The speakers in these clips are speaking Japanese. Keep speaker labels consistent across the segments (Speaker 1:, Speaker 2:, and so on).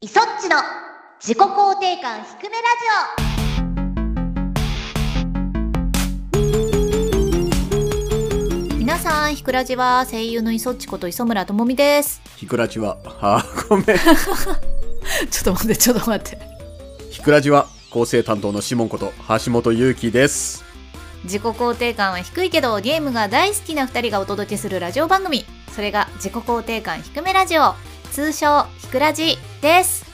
Speaker 1: イソッチの自己肯定感低めラジ
Speaker 2: 皆さんひくらじは声優の磯っちこと磯村智美です
Speaker 3: ひくらじは、あー、ごめん。
Speaker 2: ちょっと待ってちょっと待って
Speaker 3: ひくらじは、構成担当のシモンこと橋本祐希です。
Speaker 2: 自己肯定感は低いけどゲームが大好きな2人がお届けするラジオ番組それが自己肯定感低めラジオ通称ひくらじです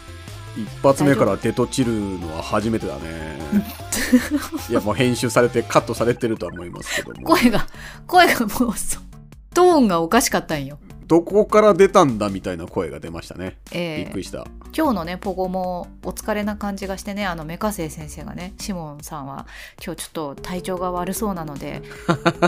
Speaker 3: 一発目から出とちるのは初めてだね。いや、もう編集されてカットされてるとは思いますけども。
Speaker 2: 声が声がもうそうトーンがおかしかったんよ
Speaker 3: どこから出たんだみたいな声が出ましたね。び
Speaker 2: え
Speaker 3: っ
Speaker 2: ー
Speaker 3: くりした。
Speaker 2: 今日のねポゴもお疲れな感じがしてねあのメカセイ先生がねシモンさんは今日ちょっと体調が悪そうなの で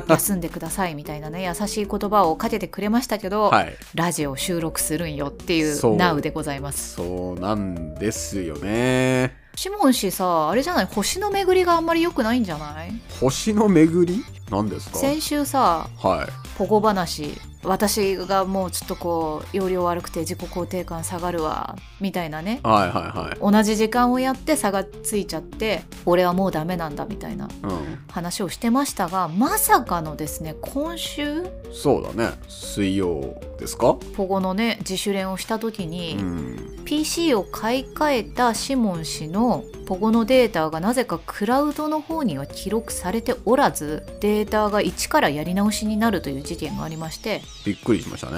Speaker 2: 休んでくださいみたいなね優しい言葉をかけてくれましたけど、
Speaker 3: はい。
Speaker 2: ラジオ収録するんよってい
Speaker 3: そうう
Speaker 2: ナウでございます
Speaker 3: そうなんですよね。
Speaker 2: シモン氏さあれじゃない星の巡りがあんまり良くないんじゃない
Speaker 3: 星の巡りなんですか
Speaker 2: 先週さ
Speaker 3: はい。
Speaker 2: ポゴ話私がもうちょっとこう容量悪くて自己肯定感下がるわみたいなね
Speaker 3: はいはい
Speaker 2: 同じ時間をやって差がついちゃって俺はもうダメなんだみたいな
Speaker 3: はい。
Speaker 2: 話をしてましたがまさかのですね今週
Speaker 3: うん。そうだね。水曜ですか
Speaker 2: ポゴのね自主練をした時
Speaker 3: う
Speaker 2: に、
Speaker 3: ん。
Speaker 2: PC を買い替えたシモン氏のポゴのデータがなぜかクラウドの方には記録されておらずデータが一からやり直しになるという事件がありまして
Speaker 3: びっくりしましたね。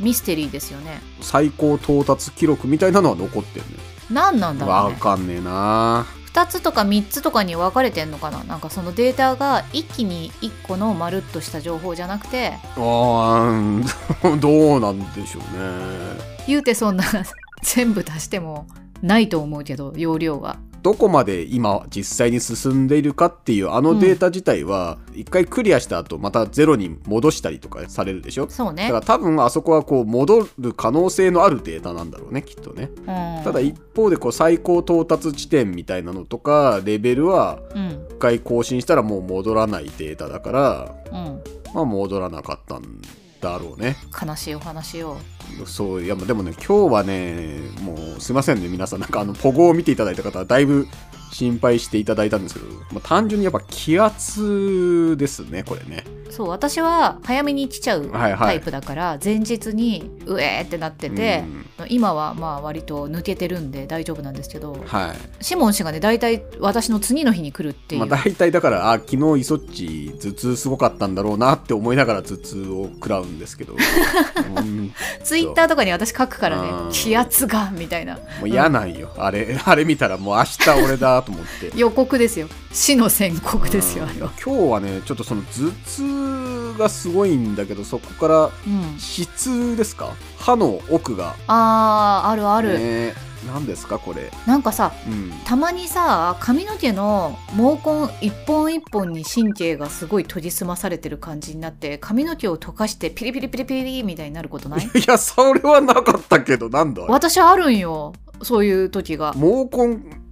Speaker 2: ミステリーですよね
Speaker 3: 最高到達記録みたいなのは残ってるね
Speaker 2: 何なんだろう
Speaker 3: わ
Speaker 2: ね
Speaker 3: かんねえな
Speaker 2: 2つとか3つとかに分かれてんのかななんかそのデータが一気に1個のまるっとした情報じゃなくて
Speaker 3: あーうん どうなんでしょうね
Speaker 2: 言うてそんな 全部足してもないと思うけど容量が
Speaker 3: どこまで今実際に進んでいるかっていうあのデータ自体は一回クリアした後またゼロに戻したりとかされるでしょ
Speaker 2: そう
Speaker 3: だ
Speaker 2: ね
Speaker 3: から多分あそこはこう戻る可能性のあるデータなんだろうねきっとね
Speaker 2: うん
Speaker 3: ただ一方でこう最高到達地点みたいなのとかレベルは
Speaker 2: うん
Speaker 3: 一回更新したらもう戻らないデータだから
Speaker 2: うん
Speaker 3: まあ戻らなかったんだろうね
Speaker 2: 悲しいお話を
Speaker 3: そういやでもね今日はねもうすいませんね皆さんなんかあのポゴを見ていただいた方はだいぶ心配していただいたんですけど、まあ、単純にやっぱ気圧ですねこれね
Speaker 2: そう私は早めに来ちゃう
Speaker 3: はいはい
Speaker 2: タイプだから、前日にうえーってなってて、今はまあ割と抜けてるんで大丈夫なんですけど
Speaker 3: うん、は
Speaker 2: シモン氏がね大体私の次の日に来るって
Speaker 3: い、
Speaker 2: いう、
Speaker 3: まあ、大体だからあ昨日イソッチ頭痛すごかったんだろうなって思いながら頭痛を食らうんで すけど、うん、も
Speaker 2: ツイッターとかに私書くから
Speaker 3: う
Speaker 2: ね
Speaker 3: ん
Speaker 2: 気圧がみたいな
Speaker 3: う嫌なんよ、あれあれ見たらもう明日俺だと思って
Speaker 2: 予告ですよ死の宣告ですよあれは、
Speaker 3: 今日はねちょっとその頭痛がすごいんだけどそこから
Speaker 2: うん、
Speaker 3: 質ですか歯の奥が
Speaker 2: あーあるある、
Speaker 3: ね何ですかこれ
Speaker 2: なんかさ
Speaker 3: うん
Speaker 2: たまにさ髪の毛の毛根一本一本に神経がすごい研ぎ澄まされてる感じになって髪の毛を溶かしてピリピリピリピリみたいになることない
Speaker 3: いやそれはなかったけどなんだあれ
Speaker 2: 私あるんよそういう時が
Speaker 3: 毛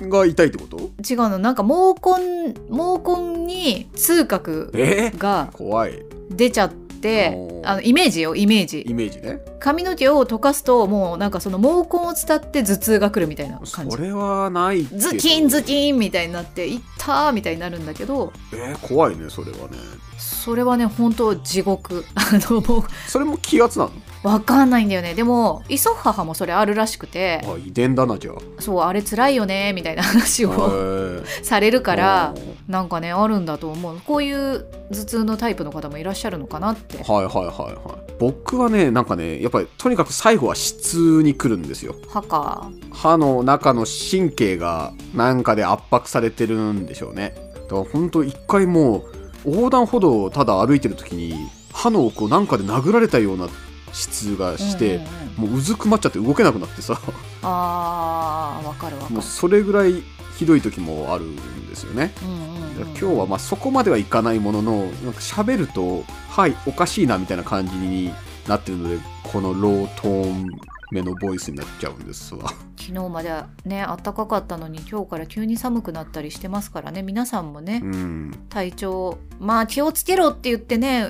Speaker 3: 根が痛いってこと
Speaker 2: 違うのなんか毛根毛根に痛覚
Speaker 3: え
Speaker 2: が
Speaker 3: 怖い
Speaker 2: 出ちゃって
Speaker 3: おー
Speaker 2: あのイメージよイメー
Speaker 3: イ
Speaker 2: ジ
Speaker 3: メージね
Speaker 2: 髪の毛を溶かすともうなんかその毛根を伝って頭痛が来るみたいな
Speaker 3: そ
Speaker 2: 感じ
Speaker 3: れはないけど
Speaker 2: ズキンズキンみたいになって「いった!」みたいになるんだけど
Speaker 3: えー怖いねそれはね
Speaker 2: それはね本当地獄 あのも
Speaker 3: それも気圧なの
Speaker 2: うわかんないんだよねでも磯母もそれあるらしくて
Speaker 3: あ遺伝だなじゃあ
Speaker 2: そうあれ辛いよねみたいな話を
Speaker 3: へー
Speaker 2: されるから
Speaker 3: うん
Speaker 2: なんかねあるんだと思うこういう頭痛のタイプの方もいらっしゃるのかなって
Speaker 3: はいはいはいはい僕はねなんかねやっぱりとにかく最後は質に来るんですよ
Speaker 2: 歯か
Speaker 3: 歯の中の神経がなんかで圧迫されてるんでしょうねだから本当一回もう横断歩道をただ歩いてる時に歯の奥をなんかで殴られたような質がして、
Speaker 2: うんうんうん
Speaker 3: もううずくまっちゃって動けなくなってさ
Speaker 2: あーわかるわかる
Speaker 3: もうそれぐらいひどい時もあるんですよね
Speaker 2: うんうんうん
Speaker 3: 今日はまあそこまではいかないもののなんか喋るとはいおかしいなみたいな感じになってるのでこのロートーン目のボイスになっちゃうんですわ
Speaker 2: 昨日までね暖かかったのに今日から急に寒くなったりしてますからね皆さんもね
Speaker 3: うん
Speaker 2: 体調まあ気をつけろって言ってね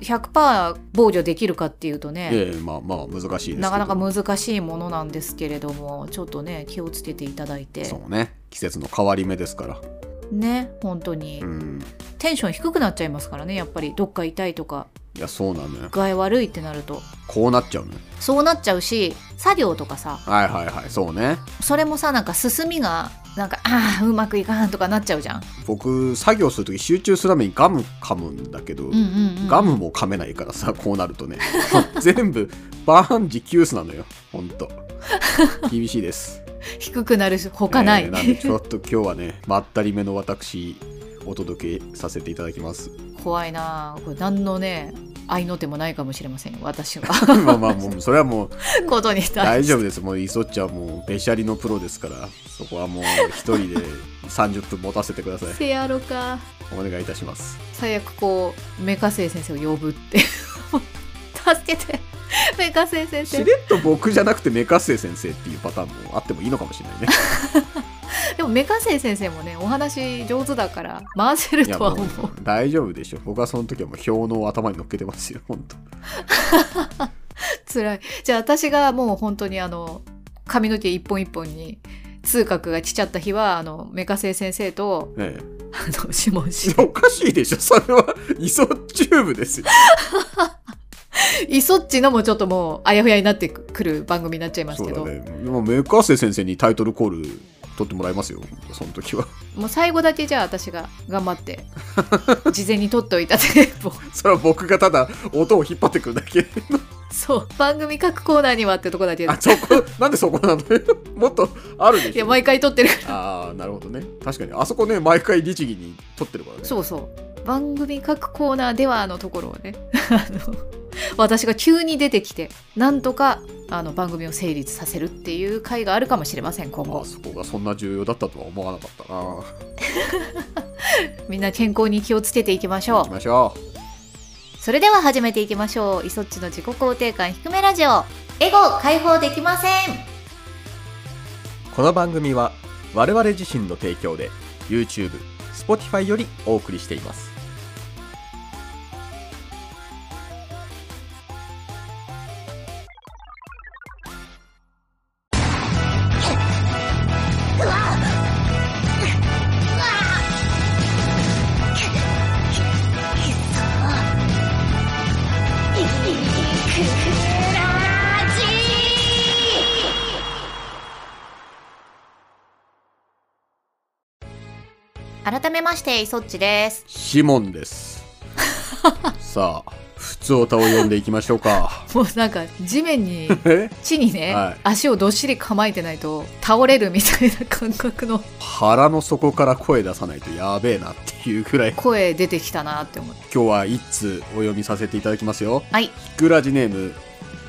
Speaker 2: 100%防除できるかっていうとね、
Speaker 3: ええまあまあ難しいですけど
Speaker 2: なかなか難しいものなんですけれどもちょっとね気をつけていただいて
Speaker 3: そうね季節の変わり目ですから
Speaker 2: ね本当に、
Speaker 3: うん
Speaker 2: テンション低くなっちゃいますからねやっぱりどっか痛いとか
Speaker 3: いやそうなのよ
Speaker 2: 具合悪いってなると
Speaker 3: こうなっちゃうのよ
Speaker 2: そうなっちゃうし作業とかさ
Speaker 3: はいはいはいそうね
Speaker 2: それもさなんか進みがなんかああうまくいかんとかなっちゃうじゃん。
Speaker 3: 僕作業する時集中するためにガム噛むんだけど、
Speaker 2: うんうんうん、
Speaker 3: ガムも噛めないからさこうなるとね 全部バーンジキュースなのよほ んと厳しいです
Speaker 2: 低くなるし他ない、
Speaker 3: えーなんでちょっと今日はねまったりめの私お届けさせていただきます
Speaker 2: 怖いなあこれ何のね愛の手もないかもしれませんよ私は
Speaker 3: まあまあもうそれはもう
Speaker 2: ことに対して
Speaker 3: 大丈夫ですもうイソッチはもうべしゃりのプロですからそこはもう一人で30分持たせてください
Speaker 2: せやろか
Speaker 3: お願いいたします
Speaker 2: 最悪こうメカセイ先生を呼ぶって 助けてメカセイ先
Speaker 3: し
Speaker 2: 生
Speaker 3: れっと僕じゃなくてメカセイ先生っていうパターンもあってもいいのかもしれ ないね
Speaker 2: でもメカセイ先生もねお話上手だから回せる
Speaker 3: いや
Speaker 2: と
Speaker 3: も
Speaker 2: は
Speaker 3: う
Speaker 2: 思う
Speaker 3: 大丈夫でしょ僕はその時はもう氷の頭に乗っけてますよ本当
Speaker 2: 辛いじゃあ私がもう本当にあの髪の毛一本一本に痛覚が来ちゃった日はあのメカセイ先生と
Speaker 3: え
Speaker 2: あの諮 問
Speaker 3: え
Speaker 2: し
Speaker 3: いやおかしいでしょそれはイソチューブですよ
Speaker 2: いそっちのもちょっともうあやふやになってくる番組になっちゃいます
Speaker 3: そ
Speaker 2: けど
Speaker 3: うだねもうメカセイ先生にタイトルコール取ってもらいますよその時は
Speaker 2: もう最後だけじゃあ私が頑張って事前に撮っておいたテープを
Speaker 3: それは僕がただ音を引っ張ってくる だけ
Speaker 2: そう番組各コーナーにはってとこだけ
Speaker 3: あそこなんでそこなの もっとあるでしょ
Speaker 2: いや毎回撮ってるか
Speaker 3: ああなるほどね確かにあそこね毎回律儀に撮ってるからね
Speaker 2: らそうそう番組各コーナーではあのところをね あの私が急に出てきてなんとかあの番組を成立させるっていう回があるかもしれません今
Speaker 3: あ
Speaker 2: 後
Speaker 3: そこがそんな重要だったとは思わなかったな
Speaker 2: みんな健康に気をつけていきましょ
Speaker 3: 行き
Speaker 2: う
Speaker 3: ましょ
Speaker 2: それでは始めていきましょういそっちの自己肯定感低めラジオ
Speaker 1: エゴを解放できません
Speaker 3: うこの番組は我々自身の提供で YouTube、Spotify よりお送りしています
Speaker 2: 改めましていそっちです
Speaker 3: シモンです さあ普通おたを呼んでいきましょうか
Speaker 2: もうなんか地面に
Speaker 3: え
Speaker 2: 地にね、
Speaker 3: はい
Speaker 2: 足をどっしり構えてないと倒れるみたいな感覚の
Speaker 3: 腹の底から声出さないとやべえなっていうくらい
Speaker 2: 声出てきたなって思って
Speaker 3: 今日は一通お読みさせていただきますよ
Speaker 2: はい
Speaker 3: ひくらじネーム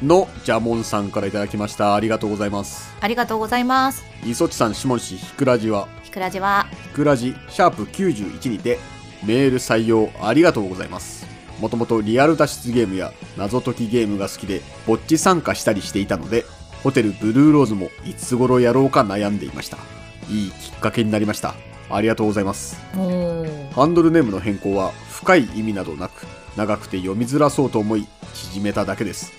Speaker 3: のジャモンさんからいただきましたありがとうございます
Speaker 2: ありがとうございます
Speaker 3: 磯地さん、シモン氏、ひくらじは、
Speaker 2: ひくらじは
Speaker 3: ひくらじ、シャープ91にて、メール採用ありがとうございます。もともとリアル脱出ゲームや謎解きゲームが好きで、ぼっち参加したりしていたので、ホテルブルーローズもいつ頃やろうか悩んでいました。いいきっかけになりました。ありがとうございます。
Speaker 2: おー
Speaker 3: ハンドルネームの変更は深い意味などなく、長くて読みづらそうと思い、縮めただけです。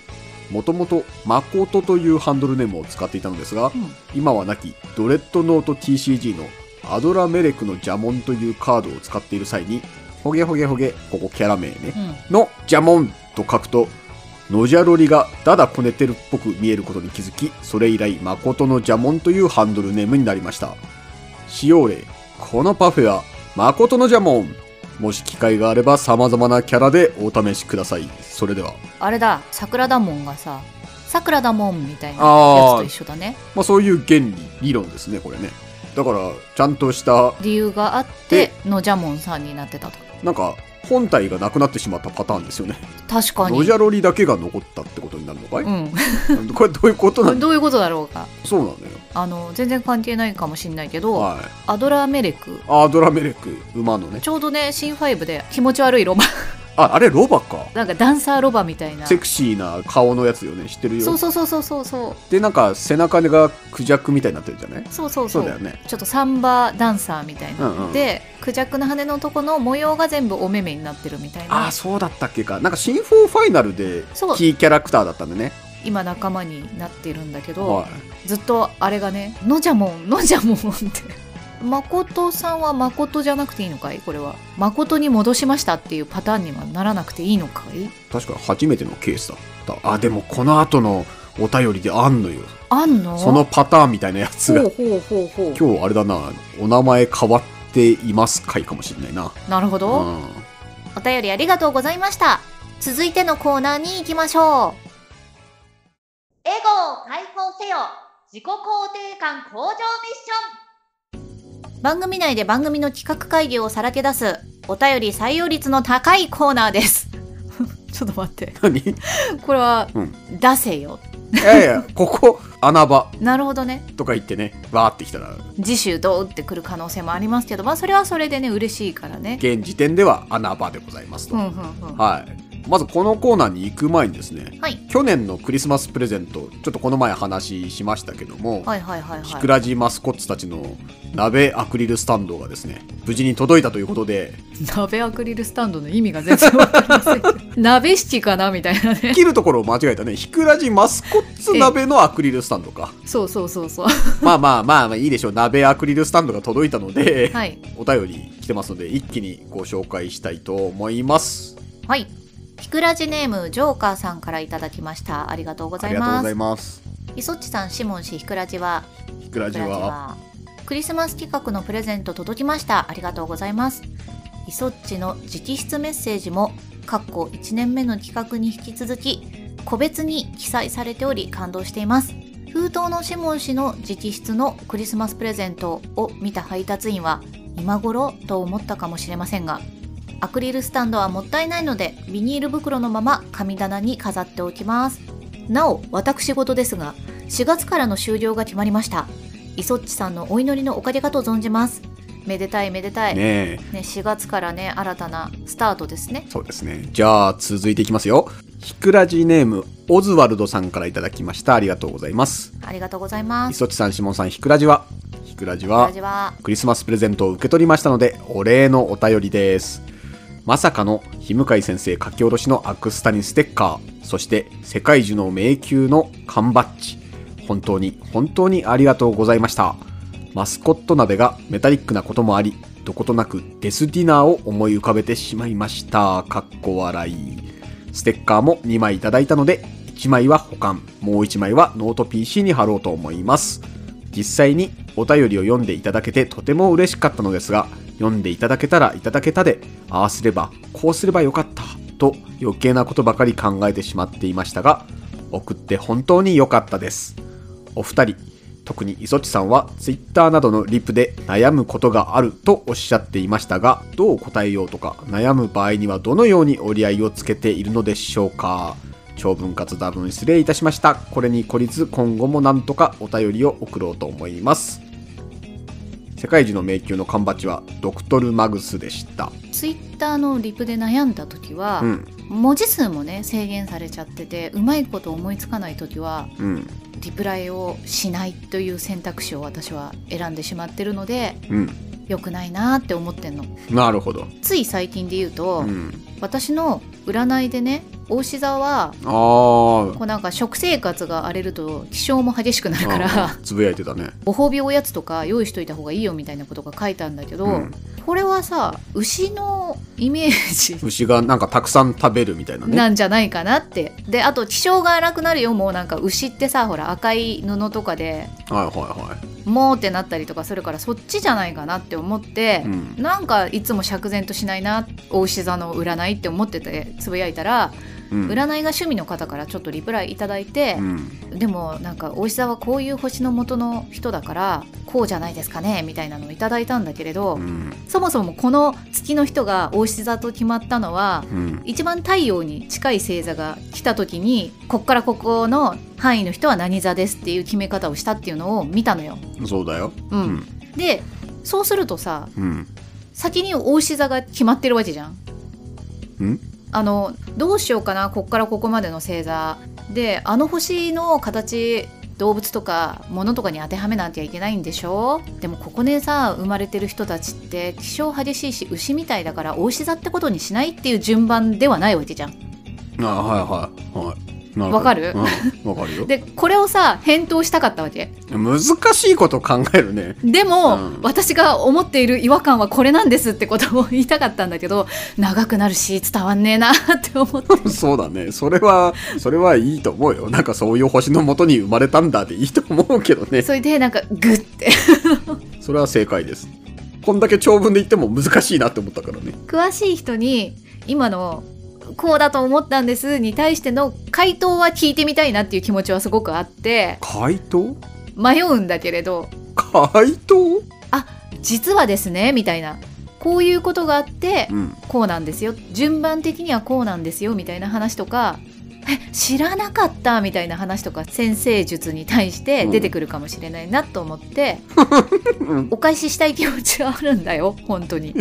Speaker 3: もともと、誠というハンドルネームを使っていたのですが、
Speaker 2: うん
Speaker 3: 今はなきドレッドノート TCG のアドラメレクのジャモンというカードを使っている際に、ほげほげほげ、ここキャラ名ね、
Speaker 2: うん
Speaker 3: のジャモンと書くと、ノジャロリがだだこねてるっぽく見えることに気づき、それ以来、誠のジャモンというハンドルネームになりました。使用例、このパフェは誠のジャモン。もし機会があれば様々なキャラでお試しください。それでは。
Speaker 2: あれだ桜だもんがさ桜だもんみたいなや
Speaker 3: あー
Speaker 2: つと一緒だね
Speaker 3: まあそういう原理、理論ですね、これね。だから、ちゃんとした
Speaker 2: 理由があってのじゃもんさんになってたと
Speaker 3: なんか本体がなくなってしまったパターンですよね。
Speaker 2: 確かに
Speaker 3: ロジャロリだけが残ったってことになるのかい、
Speaker 2: う
Speaker 3: これどういうことな
Speaker 2: ん
Speaker 3: んだ
Speaker 2: どういうことだろうか
Speaker 3: そうなのよ。
Speaker 2: あの全然関係ないかもしれないけど、
Speaker 3: はい。
Speaker 2: アドラーメレク
Speaker 3: アードラメレク、馬のね。
Speaker 2: ちょうどね新5で気持ち悪いロマン
Speaker 3: ああれロバか
Speaker 2: なんかダンサーロバみたいな
Speaker 3: セクシーな顔のやつよね知ってるよ
Speaker 2: そうそうそうそうそうそう
Speaker 3: でなんか背中がクジャクみたいになってるじゃない
Speaker 2: そうそうそ
Speaker 3: そ
Speaker 2: うう
Speaker 3: だよね
Speaker 2: ちょっとサンバダンサーみたいな、
Speaker 3: うんうん
Speaker 2: でクジャクの羽のとこの模様が全部お目目になってるみたい
Speaker 3: あ
Speaker 2: な
Speaker 3: あそうだったっけかなんかシンフォーファイナルで
Speaker 2: そう
Speaker 3: キーキャラクターだったんでね
Speaker 2: 今仲間になってるんだけど、
Speaker 3: は
Speaker 2: ずっとあれがね「のじゃもんのじゃもん」って 誠さんは誠じゃなくていいのかいこれは誠に戻しましたっていうパターンにはならなくていいのかい
Speaker 3: い確か初めてのケースだったあでもこの後のお便りであんのよ
Speaker 2: あんの
Speaker 3: そのパターンみたいなやつ
Speaker 2: ほ
Speaker 3: が
Speaker 2: うほうほうほ
Speaker 3: 今日あれだなお名前変わっていますかいかもしれないな
Speaker 2: うなるほど、
Speaker 3: うん
Speaker 1: お便りありがとうございました。続いてのコーナーに行きましょう。エゴを解放せよ自己肯定感向上ミッシ
Speaker 2: 番組内で番組の企画会議をさらけ出すお便り採用率の高いコーナーです ちょっと待って
Speaker 3: 何い
Speaker 2: これは、
Speaker 3: うん
Speaker 2: 出せよ
Speaker 3: やいやここ穴場
Speaker 2: なるほどね
Speaker 3: とか言ってねわーってきたら
Speaker 2: 次週どうってくる可能性もありますけどまあそれはそれでね嬉しいからね
Speaker 3: 現時点では穴場でございますと、
Speaker 2: うんうんうん
Speaker 3: はいまずこのコーナーに行く前にですね
Speaker 2: はい
Speaker 3: 去年のクリスマスプレゼントちょっとこの前話しましたけども、
Speaker 2: はいはいはい
Speaker 3: ひ
Speaker 2: は
Speaker 3: く
Speaker 2: い
Speaker 3: らじマスコッツたちの鍋アクリルスタンドがですね無事に届いたということで
Speaker 2: 鍋アクリルスタンドの意味が全然わかりませんけど鍋七かなみたいなね
Speaker 3: 切るところを間違えたねひくらじマスコッツ鍋のアクリルスタンドか
Speaker 2: そうそうそうそう
Speaker 3: まあまあまあまあいいでしょう鍋アクリルスタンドが届いたので、
Speaker 2: はい
Speaker 3: お便り来てますので一気にご紹介したいと思います
Speaker 2: はいひくらじネームジョーカーさんからいただきましたありがとうご
Speaker 3: あ
Speaker 2: ざ
Speaker 3: り
Speaker 2: い
Speaker 3: がとうご
Speaker 2: ま
Speaker 3: ざ
Speaker 2: す
Speaker 3: います
Speaker 2: いそっちさんシモン氏ひくらじは
Speaker 3: ひくらじ
Speaker 2: ブラジ
Speaker 3: は
Speaker 2: はクリスマス企画のプレゼント届きましたありがとうございますイソッチの直筆メッセージも括弧1年目の企画に引き続き個別に記載されており感動しています封筒のシモン氏の直筆のクリスマスプレゼントを見た配達員は今頃と思ったかもしれませんがアクリルスタンドはもったいないのでビニール袋のまま神棚に飾っておきますなお私事ですが4月からの終了が決まりましたイソッチさんのお祈りのおかげかと存じますめでたいめでたい、ね
Speaker 3: ねえ
Speaker 2: 4月からね新たなスタートですね
Speaker 3: そうですねじゃあ続いていきますよひくらじネームオズワルドさんからいただきましたありがとうございます
Speaker 2: ありがとうございま
Speaker 3: い
Speaker 2: す
Speaker 3: そちさんしもんさんひくらじはひくらじは
Speaker 2: 味は
Speaker 3: クリスマスプレゼントを受け取りましたのでお礼のお便りですまさかの日向井先生書き下ろしのアクスタにステッカーそして世界中の迷宮の缶バッジ本当に本当にありがとうございましたマスコット鍋がメタリックなこともありどことなくデスディナーを思い浮かべてしまいましたかっこ笑いステッカーも2枚いただいたので1枚は保管もう1枚はノート PC に貼ろうと思います実際にお便りを読んでいただけてとても嬉しかったのですが読んでいただけたらいただけたでああすればこうすればよかったと余計なことばかり考えてしまっていましたが送って本当に良かったですお二人特に磯地さんは Twitter などのリプで悩むことがあるとおっしゃっていましたがどう答えようとか悩む場合にはどのように折り合いをつけているのでしょうか長文かつ多分失礼いたしましたこれに懲りず今後もなんとかお便りを送ろうと思います世界中の迷宮の缶バッジはドクトルマグスでした
Speaker 2: ツイッターのリプで悩んだ時は、
Speaker 3: うん
Speaker 2: 文字数もね制限されちゃっててうまいこと思いつかない時は
Speaker 3: うん
Speaker 2: リプライをしないという選択肢を私は選んでしまってるので
Speaker 3: うん
Speaker 2: 良くないなーって思ってんの
Speaker 3: なるほど
Speaker 2: つい最近で言うと、
Speaker 3: うん
Speaker 2: 私の占いでね大志座は
Speaker 3: あー
Speaker 2: こうなんか食生活が荒れると気象も激しくなるか
Speaker 3: あ
Speaker 2: ら
Speaker 3: ーつぶやいてたね
Speaker 2: ご褒美おやつとか用意しといた方がいいよみたいなことが書いたんだけど、
Speaker 3: うん
Speaker 2: これはさ牛のイメージ
Speaker 3: 牛がなんかたくさん食べるみたいなね
Speaker 2: なんじゃないかなってであと気性が荒くなるよもうなんか牛ってさほら赤い布とかで
Speaker 3: はいはい
Speaker 2: もうってなったりとかするからそっちじゃないかなって思って
Speaker 3: はい、う、ん、
Speaker 2: なんかいつも釈然としないな大牛座の占いって思っててつぶやいたら、
Speaker 3: うん
Speaker 2: 占いが趣味の方からちょっとリプライいただいて
Speaker 3: う、ん
Speaker 2: でもなんか大石座はこういう星の元の人だからこうじゃないですかねみたいなのをいただいたんだけれど、
Speaker 3: うん
Speaker 2: そもそもこの月の人が大石座と決まったのは
Speaker 3: うん
Speaker 2: 一番太陽に近い星座が来た時にこっからここの範囲の人は何座ですっていう決め方をしたっていうのを見たのよ。
Speaker 3: そうだよ
Speaker 2: うん
Speaker 3: うん
Speaker 2: でそうするとさ
Speaker 3: うん
Speaker 2: 先に大石座が決まってるわけじゃん。
Speaker 3: うん
Speaker 2: あのどうしようかなこっからここまでの星座であの星の形動物とか物とかに当てはめなんてはいけないんでしょでもここでさ生まれてる人たちって気性激しいし牛みたいだからお牛座ってことにしないっていう順番ではないわけじゃん
Speaker 3: あはいはいはいなほど
Speaker 2: わかる
Speaker 3: うんわかるよ
Speaker 2: でこれをさ返答したかったわけ
Speaker 3: 難しいこと考えるね
Speaker 2: でも、
Speaker 3: うん
Speaker 2: 私が思っている違和感はこれなんですってことを言いたかったんだけど長くなるし伝わんねえなって思って
Speaker 3: そうだねそれはそれはいいと思うよなんかそういう星のもとに生まれたんだっていいと思うけどね
Speaker 2: それでなんかグッて
Speaker 3: それは正解ですこんだけ長文で言っても難しいなって思ったからね
Speaker 2: 詳しい人に今のこうだと思ったんですに対しての回答は聞いてみたいなっていう気持ちはすごくあって
Speaker 3: 回答
Speaker 2: 迷うんだけれど
Speaker 3: 回答
Speaker 2: 実はですねみたいなこういうことがあって
Speaker 3: うん
Speaker 2: こうなんですよ順番的にはこうなんですよみたいな話とかえ知らなかったみたいな話とか先生術に対して出てくるかもしれないなと思って、
Speaker 3: うん
Speaker 2: お返ししたい気持ちはあるんだよ本当に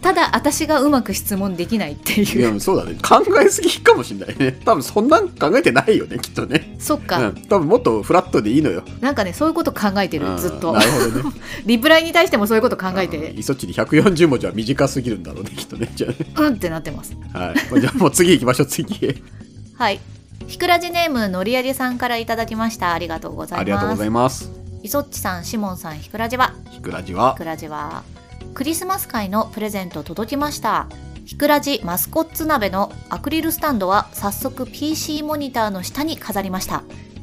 Speaker 2: ただ私がうまく質問できないって
Speaker 3: い
Speaker 2: いう
Speaker 3: やそうだね考えすぎかもしんないね多分そんなん考えてないよねきっとね
Speaker 2: そっ
Speaker 3: う
Speaker 2: か、
Speaker 3: ん多分もっとフラットでいいのよ
Speaker 2: なんかねそういうこと考えて
Speaker 3: う
Speaker 2: る
Speaker 3: ん
Speaker 2: ずっと
Speaker 3: なるほどね
Speaker 2: リプライに対してもそういうこと 考え
Speaker 3: うん
Speaker 2: て
Speaker 3: いそっちに140文字は短すぎるんだろうねきっとねじゃあね
Speaker 2: うんってなってます
Speaker 3: はいまあじゃあ もう次行きましょう次へ
Speaker 2: はいひくらじネームのりありさんからいただきましたありがとうございます
Speaker 3: ありがとうございます
Speaker 2: いそっちさんしもんさんひくらじは
Speaker 3: ひくらじは
Speaker 2: ひくらじはクリスマス会のプレゼント届きましたひくらじマスコッツ鍋のアクリルスタンドは早速 PC モニターの下に飾りました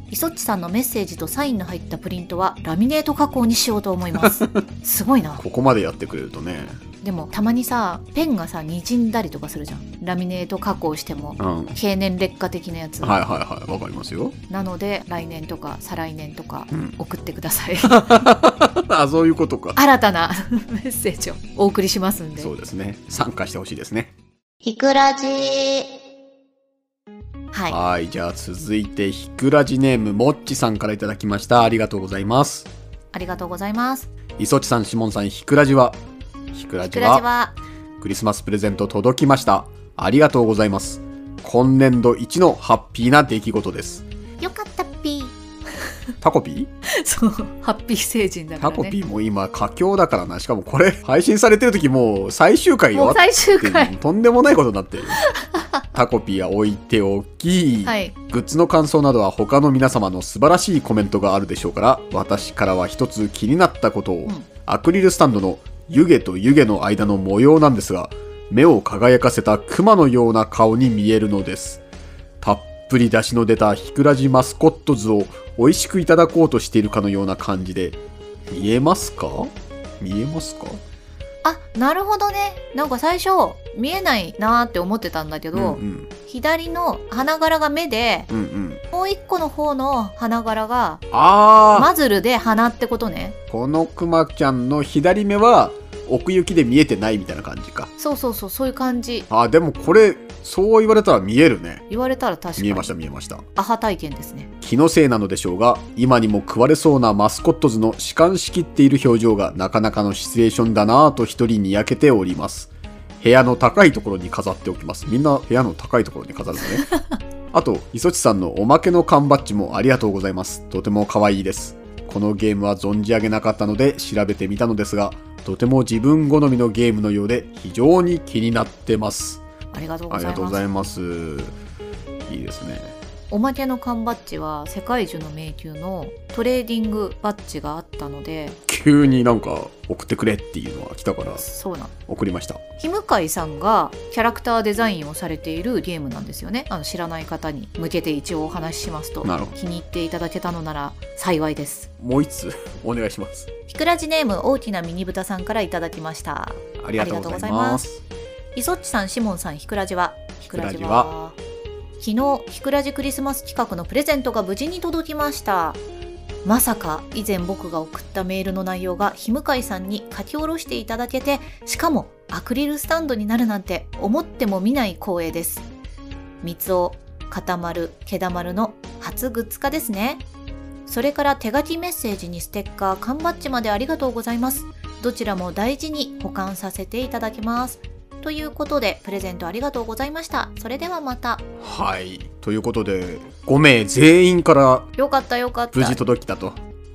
Speaker 2: イソッチさんのメッセージとサインの入ったプリントはラミネート加工にしようと思います すごいな
Speaker 3: ここまでやってくれるとね
Speaker 2: でもたまにさペンがさにじんだりとかするじゃんラミネート加工しても
Speaker 3: うんはい
Speaker 2: 経年劣化的なやつ、
Speaker 3: はいはいわかりますよ、
Speaker 2: なので来年とか再来年とか
Speaker 3: うん、
Speaker 2: 送ってください
Speaker 3: あそういうことか
Speaker 2: 新たなメッセージをお送りしますんで
Speaker 3: そうですね参加してほしいですね
Speaker 1: ひくらじ
Speaker 2: はい
Speaker 3: はいじゃあ続いてひくらじネームもっちさんからいただきましたありがとうございます
Speaker 2: ありがとうございます
Speaker 3: 磯地さん、しもんさん、ひくらじは。ひくら
Speaker 2: ひく
Speaker 3: じ
Speaker 2: らじ
Speaker 3: は。
Speaker 2: は
Speaker 3: クリスマスプレゼント届きました。ありがとうございます。今年度一のハッピーな出来事です。
Speaker 1: よかったっ ぴ
Speaker 3: タコピ
Speaker 2: そうハッピー星人だ
Speaker 3: ー
Speaker 2: か
Speaker 3: タ
Speaker 2: ら
Speaker 3: コ
Speaker 2: ね
Speaker 3: ピーも今佳境だからな。しかもこれ配信されてる時もう最終回
Speaker 2: も
Speaker 3: よ
Speaker 2: う。最終
Speaker 3: って
Speaker 2: 回
Speaker 3: とんでもないことになってる。タコピーは置いておき、
Speaker 2: はい
Speaker 3: グッズの感想などは他の皆様の素晴らしいコメントがあるでしょうから、私からは一つ気になったことを、
Speaker 2: うん
Speaker 3: アクリルスタンドの湯気と湯気の間の模様なんですが、目を輝かせた熊のような顔に見えるのです。たっぷり出汁の出たひくらじマスコット図を美味しくいただこうとしているかのような感じで、見えますか見えますか
Speaker 2: あなるほどねなんか最初見えないなーって思ってたんだけど、
Speaker 3: うんうん
Speaker 2: 左の花柄が目で
Speaker 3: うんうん。
Speaker 2: もう一個の方の花柄が
Speaker 3: あー、
Speaker 2: マズルで花ってことね
Speaker 3: このクマちゃんの左目は奥行きで見えてないみたいな感じか
Speaker 2: そうそうそうそういう感じ
Speaker 3: あでもこれそう言われたら見えるね
Speaker 2: 言われたら確かに
Speaker 3: 見えました見えました
Speaker 2: アハ体験ですね
Speaker 3: 気のせいなのでしょうが今にも食われそうなマスコット図の弛緩しきっている表情がなかなかのシチュエーションだなぁと一人にやけております部屋の高いところに飾っておきますみんな部屋の高いところに飾るのねあと磯地さんのおまけの缶バッジもありがとうございますとても可愛いですこのゲームは存じ上げなかったので調べてみたのですがとても自分好みのゲームのようで非常に気になってます
Speaker 2: ありがとうご
Speaker 3: あり
Speaker 2: ざ
Speaker 3: が
Speaker 2: い
Speaker 3: とうご
Speaker 2: ます
Speaker 3: ざいますいいですね
Speaker 2: おまけの缶バッジは世界中の迷宮のトレーディングバッジがあったので
Speaker 3: 急になんか送ってくれっていうのが来たから
Speaker 2: そうなん
Speaker 3: 送りました
Speaker 2: ひむかいさんがキャラクターデザインをされているゲームなんですよねあの知らない方に向けて一応お話ししますと
Speaker 3: なるほど
Speaker 2: 気に入っていただけたのなら幸いです
Speaker 3: もう一つ お願いします
Speaker 2: ひくらじネーム大きなミニブタさんからいただきました
Speaker 3: ありがとうございます
Speaker 2: いそっちさんしもんさんひくらじはひ
Speaker 3: くらじ
Speaker 2: は
Speaker 3: は
Speaker 2: 昨日ひくらじクリスマス企画のプレゼントが無事に届きましたまさか以前僕が送ったメールの内容がひむかいさんに書き下ろしていただけてしかもアクリルスタンドになるなんて思っても見ない光栄です三つお固まるけだまるの初グッズ化ですねそれから手書きメッセージにステッカー缶バッジまでありがとうございますどちらも大事に保管させていただきますとということで、プレゼントありがとうございました。それではまた。
Speaker 3: はいということで5名全員から
Speaker 2: よかったよかった。
Speaker 3: 無事届きたと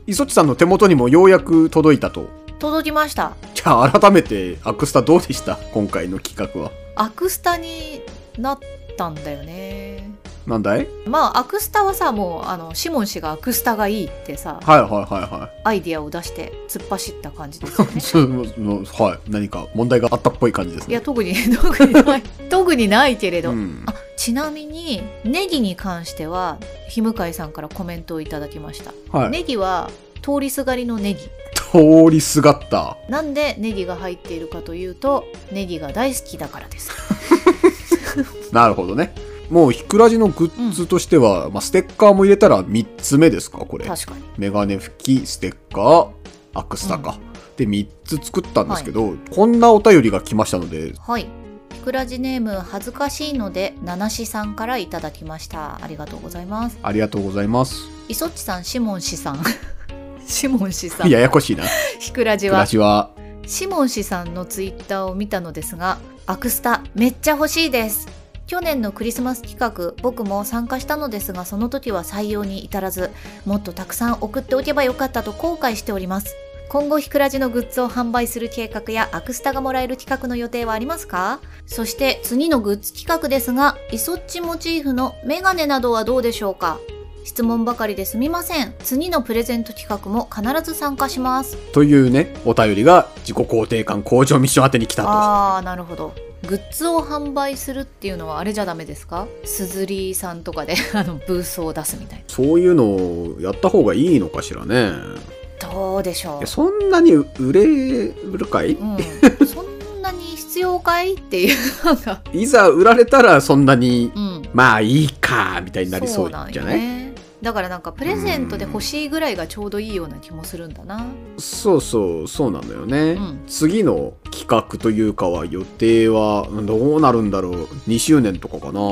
Speaker 3: 磯地さんの手元にもようやく届いたと
Speaker 2: 届きました。
Speaker 3: じゃあ改めてアクスタどうでした今回の企画は
Speaker 2: アクスタになったんだよね。
Speaker 3: なんだい
Speaker 2: まあ、アクスタはさ、もう、あの、シモン氏がアクスタがいいってさ、
Speaker 3: はいはいはいはい
Speaker 2: アイディアを出して突っ走った感じです よ ね。
Speaker 3: そのはい何か問題があったっぽい感じです
Speaker 2: い
Speaker 3: ね
Speaker 2: や、特に、特にない。特にないけれど。
Speaker 3: うん
Speaker 2: あちなみにネギに関してはひむかいさんからコメントをいただきました、
Speaker 3: はい、
Speaker 2: ネギは通りすがりのネギ
Speaker 3: 通りすがった
Speaker 2: なんでネギが入っているかというとネギが大好きだからです
Speaker 3: なるほどねもうひくらじのグッズとしては、まあ、ステッカーも入れたら3つ目ですかこれ
Speaker 2: 確かに
Speaker 3: メガネ拭きステッカーアクスタか、で3つ作ったんですけど、こんなお便りが来ましたので
Speaker 2: はいひくらじネーム恥ずかしいので七しさんからいただきましたありがとうございます
Speaker 3: ありがとうございます
Speaker 2: いそっちさんシモン氏さん シモン氏さん
Speaker 3: ややこしいな
Speaker 2: ひくらじ
Speaker 3: 暮
Speaker 2: は
Speaker 3: らしは
Speaker 2: シモン氏さんのツイッターを見たのですが、アクスタめっちゃ欲しいです。去年のクリスマス企画、僕も参加したのですが、その時は採用に至らず、もっとたくさん送っておけばよかったと後悔しております。今後、ひくらじのグッズを販売する計画や、アクスタがもらえる企画の予定はありますかそして、次のグッズ企画ですが、イソッチモチーフのメガネなどはどうでしょうか質問ばかりですみません。次のプレゼント企画も必ず参加します。
Speaker 3: というねお便りが自己肯定感向上ミッション宛てに来たと
Speaker 2: ああなるほどグッズを販売するっていうのはあれじゃダメですかすずりさんとかで あのブースを出すみたい
Speaker 3: そういうのをやった方がいいのかしらね
Speaker 2: などうでしょ
Speaker 3: いや
Speaker 2: う
Speaker 3: そんなに売れるかい、
Speaker 2: うん、そんなに必要かいっていうのが
Speaker 3: いざ売られたらそんなに
Speaker 2: うん
Speaker 3: まあいいかみたいになりそうじゃ
Speaker 2: なん
Speaker 3: ない
Speaker 2: よねだからなんかプレゼントで欲しいぐらいがちょうどいいような気もするんだな
Speaker 3: そうそうそうなのよね、
Speaker 2: うん
Speaker 3: 次の企画というかは予定はどうなるんだろう2周年とかかなあ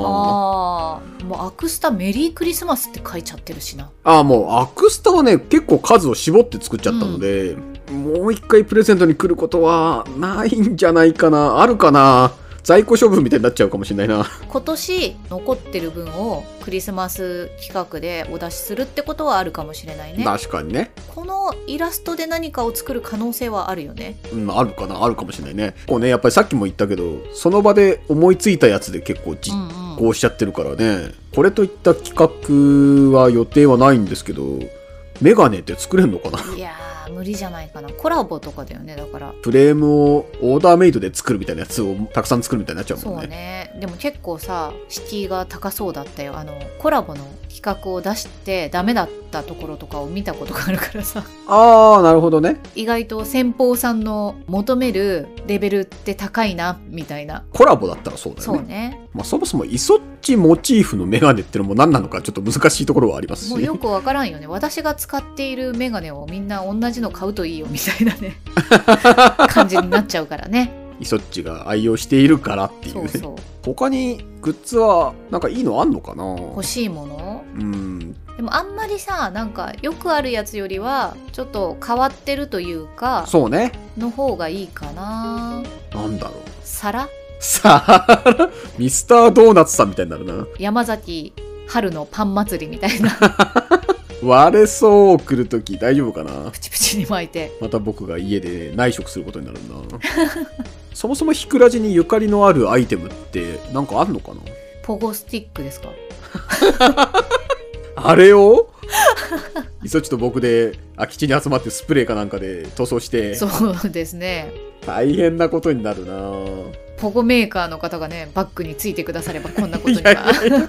Speaker 2: ああもうアクスタメリークリスマスって書いちゃってるしな
Speaker 3: あもうアクスタはね結構数を絞って作っちゃったので、もう一回プレゼントに来ることはないんじゃないかなあるかな在庫処分みたいになっちゃうかもしれないな
Speaker 2: 今年残ってる分をクリスマス企画でお出しするってことはあるかもしれないね
Speaker 3: 確かにね、
Speaker 2: このイラストで何かを作る可能性はあるよね
Speaker 3: うん、あるかなあるかもしれないねこうねやっぱりさっきも言ったけどその場で思いついたやつで結構実
Speaker 2: ん
Speaker 3: こうしちゃってるからねこれといった企画は予定はないんですけどメガネって作れんのかな
Speaker 2: いやー無理じゃないかなコラボとかだよねだから
Speaker 3: フレームをオーダーメイドで作るみたいなやつをたくさん作るみたいになっちゃう
Speaker 2: そ
Speaker 3: もん
Speaker 2: う
Speaker 3: ね
Speaker 2: ねでも結構さ敷居が高そうだったよあのコラボの企画を出してダメだったところとかを見たことがあるからさ
Speaker 3: ああなるほどね
Speaker 2: 意外と先方さんの求めるレベルって高いなみたいな
Speaker 3: コラボだったらそうだよ
Speaker 2: そ
Speaker 3: ね
Speaker 2: うね
Speaker 3: まあ、そもそもイソッチモチーフのメガネってのも何なのかちょっと難しいところはありますし
Speaker 2: もうよくわからんよね私が使っているメガネをみんな同じの買うといいよみたいな ね感じになっちゃうからね
Speaker 3: イソッチが愛用しているからっていう,、
Speaker 2: そうそう
Speaker 3: 他にグッズはなんかいいのあんのかな
Speaker 2: 欲しいもの
Speaker 3: うん
Speaker 2: でもあんまりさなんかよくあるやつよりはちょっと変わってるというか
Speaker 3: そうね
Speaker 2: の方がいいかな
Speaker 3: なんだろう
Speaker 2: 皿
Speaker 3: さあ ミスタードーナツさんみたいになるな
Speaker 2: 山崎春のパン祭りみたい な
Speaker 3: 割れそう来るとき大丈夫かな
Speaker 2: プチプチに巻いて
Speaker 3: また僕が家で内職することになるな そもそもひくらじにゆかりのあるアイテムってなんかあんのかな
Speaker 2: ポゴスティックですか
Speaker 3: あれをいそちと僕で空き地に集まってスプレーかなんかで塗装して
Speaker 2: そうですね
Speaker 3: 大変なことになるな
Speaker 2: ポゴメーカーの方がねバッグについてくださればこんなことに
Speaker 3: いやい
Speaker 2: は
Speaker 3: やいや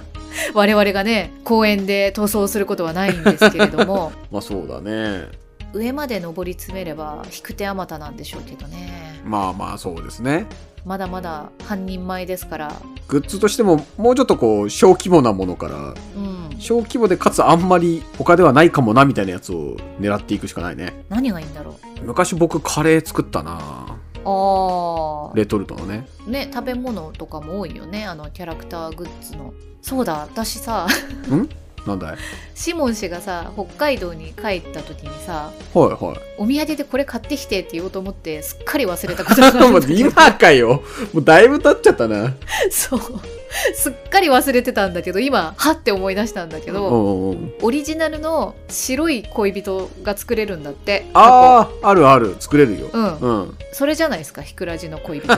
Speaker 2: 我々がね公園で塗装することはないんですけれど も
Speaker 3: まあそうだね
Speaker 2: 上まで上り詰めれば引く手あまたなんでしょうけどね
Speaker 3: まあまあそうですね
Speaker 2: まだまだ半人前ですから
Speaker 3: グッズとしてももうちょっとこう小規模なものから
Speaker 2: うん
Speaker 3: 小規模でかつあんまり他ではないかもなみたいなやつを狙っていくしかないね
Speaker 2: 何がいいんだろう
Speaker 3: 昔僕カレー作ったな
Speaker 2: あ
Speaker 3: レトルトのね
Speaker 2: あね食べ物とかも多いよねあのキャラクターグッズのそうだ私さ
Speaker 3: んなんだい
Speaker 2: シモン氏がさ北海道に帰った時にさ
Speaker 3: はいはい
Speaker 2: お土産でこれ買ってきてって言おうと思ってすっかり忘れたことがある
Speaker 3: 待って今かよもうだいぶ経っちゃったな
Speaker 2: そうすっかり忘れてたんだけど今はって思い出したんだけ
Speaker 3: う
Speaker 2: ど、
Speaker 3: んうんうん
Speaker 2: オリジナルの白い恋人が作れるんだって
Speaker 3: あああるある作れるよ
Speaker 2: 過去うん、
Speaker 3: うん
Speaker 2: それじゃないですかひくらじの恋 人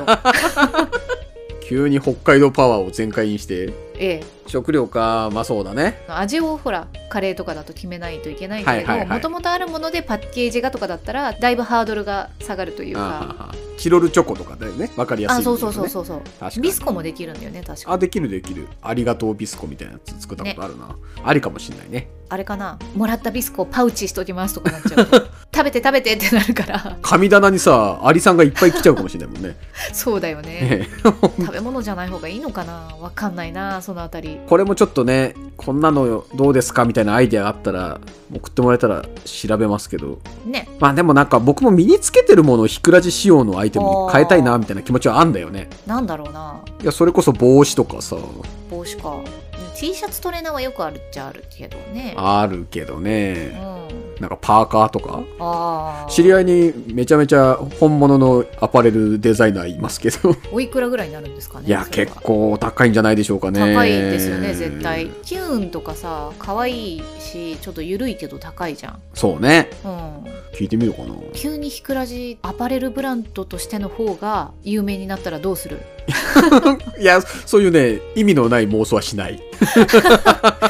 Speaker 3: 急に北海道パワーを全開にして
Speaker 2: ええ
Speaker 3: 食料かまあそうだね
Speaker 2: 味をほらカレーとかだと決めないといけないんだけ
Speaker 3: はい
Speaker 2: ど
Speaker 3: はいはい
Speaker 2: もともとあるものでパッケージがとかだったらだいぶハードルが下がるというか
Speaker 3: ああチロルチョコとかだよねわかりやすい
Speaker 2: あ
Speaker 3: よね、
Speaker 2: そうそうそうそうそう
Speaker 3: 確かに
Speaker 2: ビスコもできるんだよね確か
Speaker 3: あできるできるありがとうビスコみたいなやつ作ったことあるな、ありかもしんないね
Speaker 2: あれかなもらったビスコをパウチしときますとかなっちゃうと 食べて食べてってなるから
Speaker 3: 神棚にさアリさんがいっぱい来ちゃうかもしれないもん ね
Speaker 2: そうだよ ね
Speaker 3: ええ
Speaker 2: 食べ物じゃない方がいいのかなわかんないなそのあたり
Speaker 3: これもちょっとねこんなのどうですかみたいなアイデアがあったら送ってもらえたら調べますけど
Speaker 2: ね
Speaker 3: まあでもなんか僕も身につけてるものをひくらじ仕様のアイテムに変えたいなみたいな気持ちはあんだよね
Speaker 2: なんだろうない
Speaker 3: やそれこそ帽子とかさ
Speaker 2: 帽子か T シャツトレーナーはよくあるっちゃあるけどね
Speaker 3: あるけど
Speaker 2: うん
Speaker 3: ね
Speaker 2: あ
Speaker 3: なんかパーカーとか
Speaker 2: あー
Speaker 3: 知り合いにめちゃめちゃ本物のアパレルデザイナーいます けど
Speaker 2: おいくらぐらいになるんですかね
Speaker 3: いや
Speaker 2: それは
Speaker 3: 結構お高いんじゃないでしょうかね
Speaker 2: 高いですよね絶対キューンとかさ可愛いしちょっと緩いけど高いじゃん
Speaker 3: そうね
Speaker 2: うん
Speaker 3: 聞いてみようかな
Speaker 2: 急にひくらじアパレルブランドとしての方が有名になったらどう する
Speaker 3: いやそういうね意味のない妄想はしない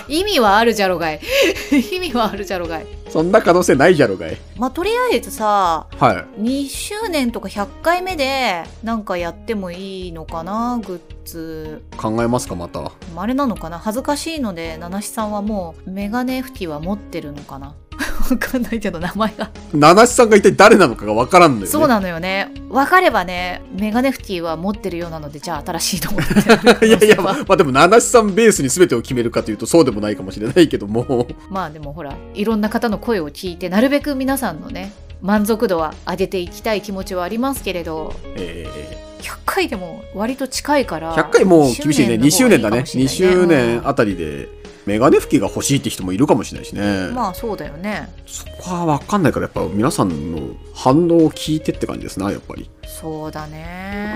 Speaker 2: 意味はあるじゃろがい 意味はあるじゃろがい
Speaker 3: そんな可能性ないじゃろがい
Speaker 2: まあとりあえずさ
Speaker 3: はい
Speaker 2: 2周年とか100回目でなんかやってもいいのかなグッズ
Speaker 3: 考えますかまた
Speaker 2: あれなのかな恥ずかしいので七七さんはもうメガネ拭きは持ってるのかな わかんないけど名前が
Speaker 3: 七七さんが一体誰なのかがわからんのよ、ね、
Speaker 2: そうなのよね分かればねメガネ拭きは持ってるようなのでじゃあ新しいと思ってなる可能性はい
Speaker 3: やいやまあまあでも七七さんベースに全てを決めるかというとそうでもないかもしれないけども
Speaker 2: まあでもほらいろんな方の声を聞いてなるべく皆さんのね満足度は上げていきたい気持ちはありますけれど
Speaker 3: え
Speaker 2: 100回でも割と近いから
Speaker 3: ー、100回もう厳しいね2周年だね
Speaker 2: 2
Speaker 3: 2周年あたりでメガネ拭きが欲しいって人もいるかもしれないしね、
Speaker 2: まあそうだよね
Speaker 3: そこは分かんないからやっぱ皆さんの反応を聞いてって感じですなやっぱり
Speaker 2: そうだね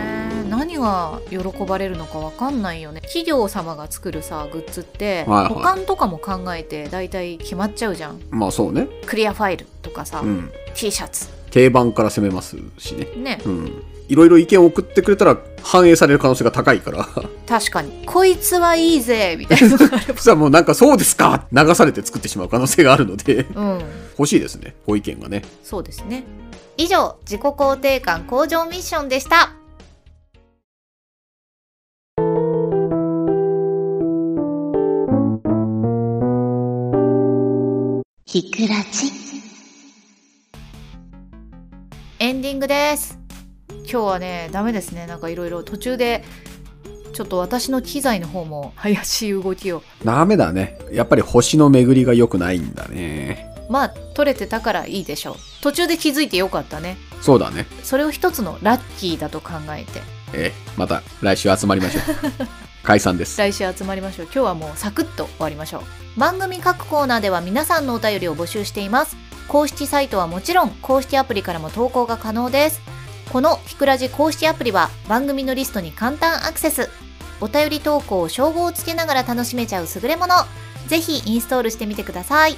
Speaker 2: 何が喜ばれるのかわかんないよね企業様が作るさグッズって、
Speaker 3: はいはい
Speaker 2: 保管とかも考えて大体決まっちゃうじゃん
Speaker 3: まあそうね
Speaker 2: クリアファイルとかさ、
Speaker 3: うん
Speaker 2: T シャツ
Speaker 3: 定番から攻めますしね
Speaker 2: ね
Speaker 3: うんいろいろ意見を送ってくれたら反映される可能性が高いから
Speaker 2: 確かにこいつはいいぜみたいなの があれば
Speaker 3: そしたらもうなんかそうですか流されて作ってしまう可能性があるので
Speaker 2: うん
Speaker 3: 欲しいですねご意見がね
Speaker 2: そうですね
Speaker 1: 以上、自己肯定感向上ミッションでした。ひくらち。
Speaker 2: エンディングです今日はねダメですねなんかいろいろ途中でちょっと私の機材の方も怪しい動きを
Speaker 3: ダメだねやっぱり星の巡りが良くないんだね
Speaker 2: まあ取れてたからいいでしょう途中で気づいてよかったね
Speaker 3: そうだね
Speaker 2: それを一つのラッキーだと考えて
Speaker 3: ええまた来週集まりましょう解散です
Speaker 2: 来週集まりましょう今日はもうサクッと終わりましょう
Speaker 1: 番組各コーナーでは皆さんのお便りを募集しています。公式サイトはもちろん、公式アプリからも投稿が可能です。このひくらじ公式アプリは番組のリストに簡単アクセス。お便り投稿を称号をつけながら楽しめちゃう優れもの。ぜひインストールしてみてください。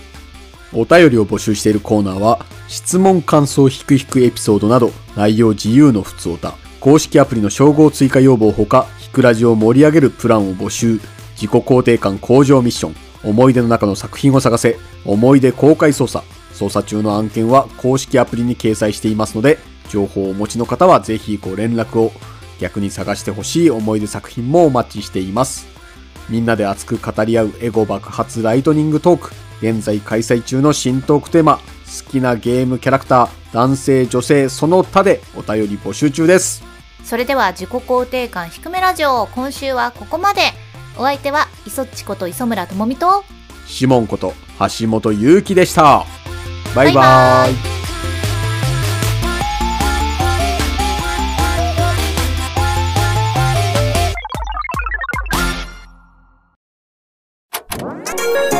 Speaker 3: お便りを募集しているコーナーは、質問感想ひくひくエピソードなど、内容自由の普通歌、公式アプリの称号追加要望ほか、ひくラジを盛り上げるプランを募集、自己肯定感向上ミッション、思い出の中の作品を探せ、思い出公開捜査、捜査中の案件は公式アプリに掲載していますので、情報をお持ちの方はぜひご連絡を、逆に探してほしい思い出作品もお待ちしています。みんなで熱く語り合うエゴ爆発ライトニングトーク。現在開催中の新トークテーマ、好きなゲームキャラクター、男性、女性、その他でお便り募集中です。
Speaker 1: それでは自己肯定感低めラジオ今週はここまでお相手は磯っちこと磯村智美と
Speaker 3: シモンこと橋本祐希でした。バイバ
Speaker 1: バ
Speaker 3: イ。
Speaker 1: イバイ
Speaker 4: 「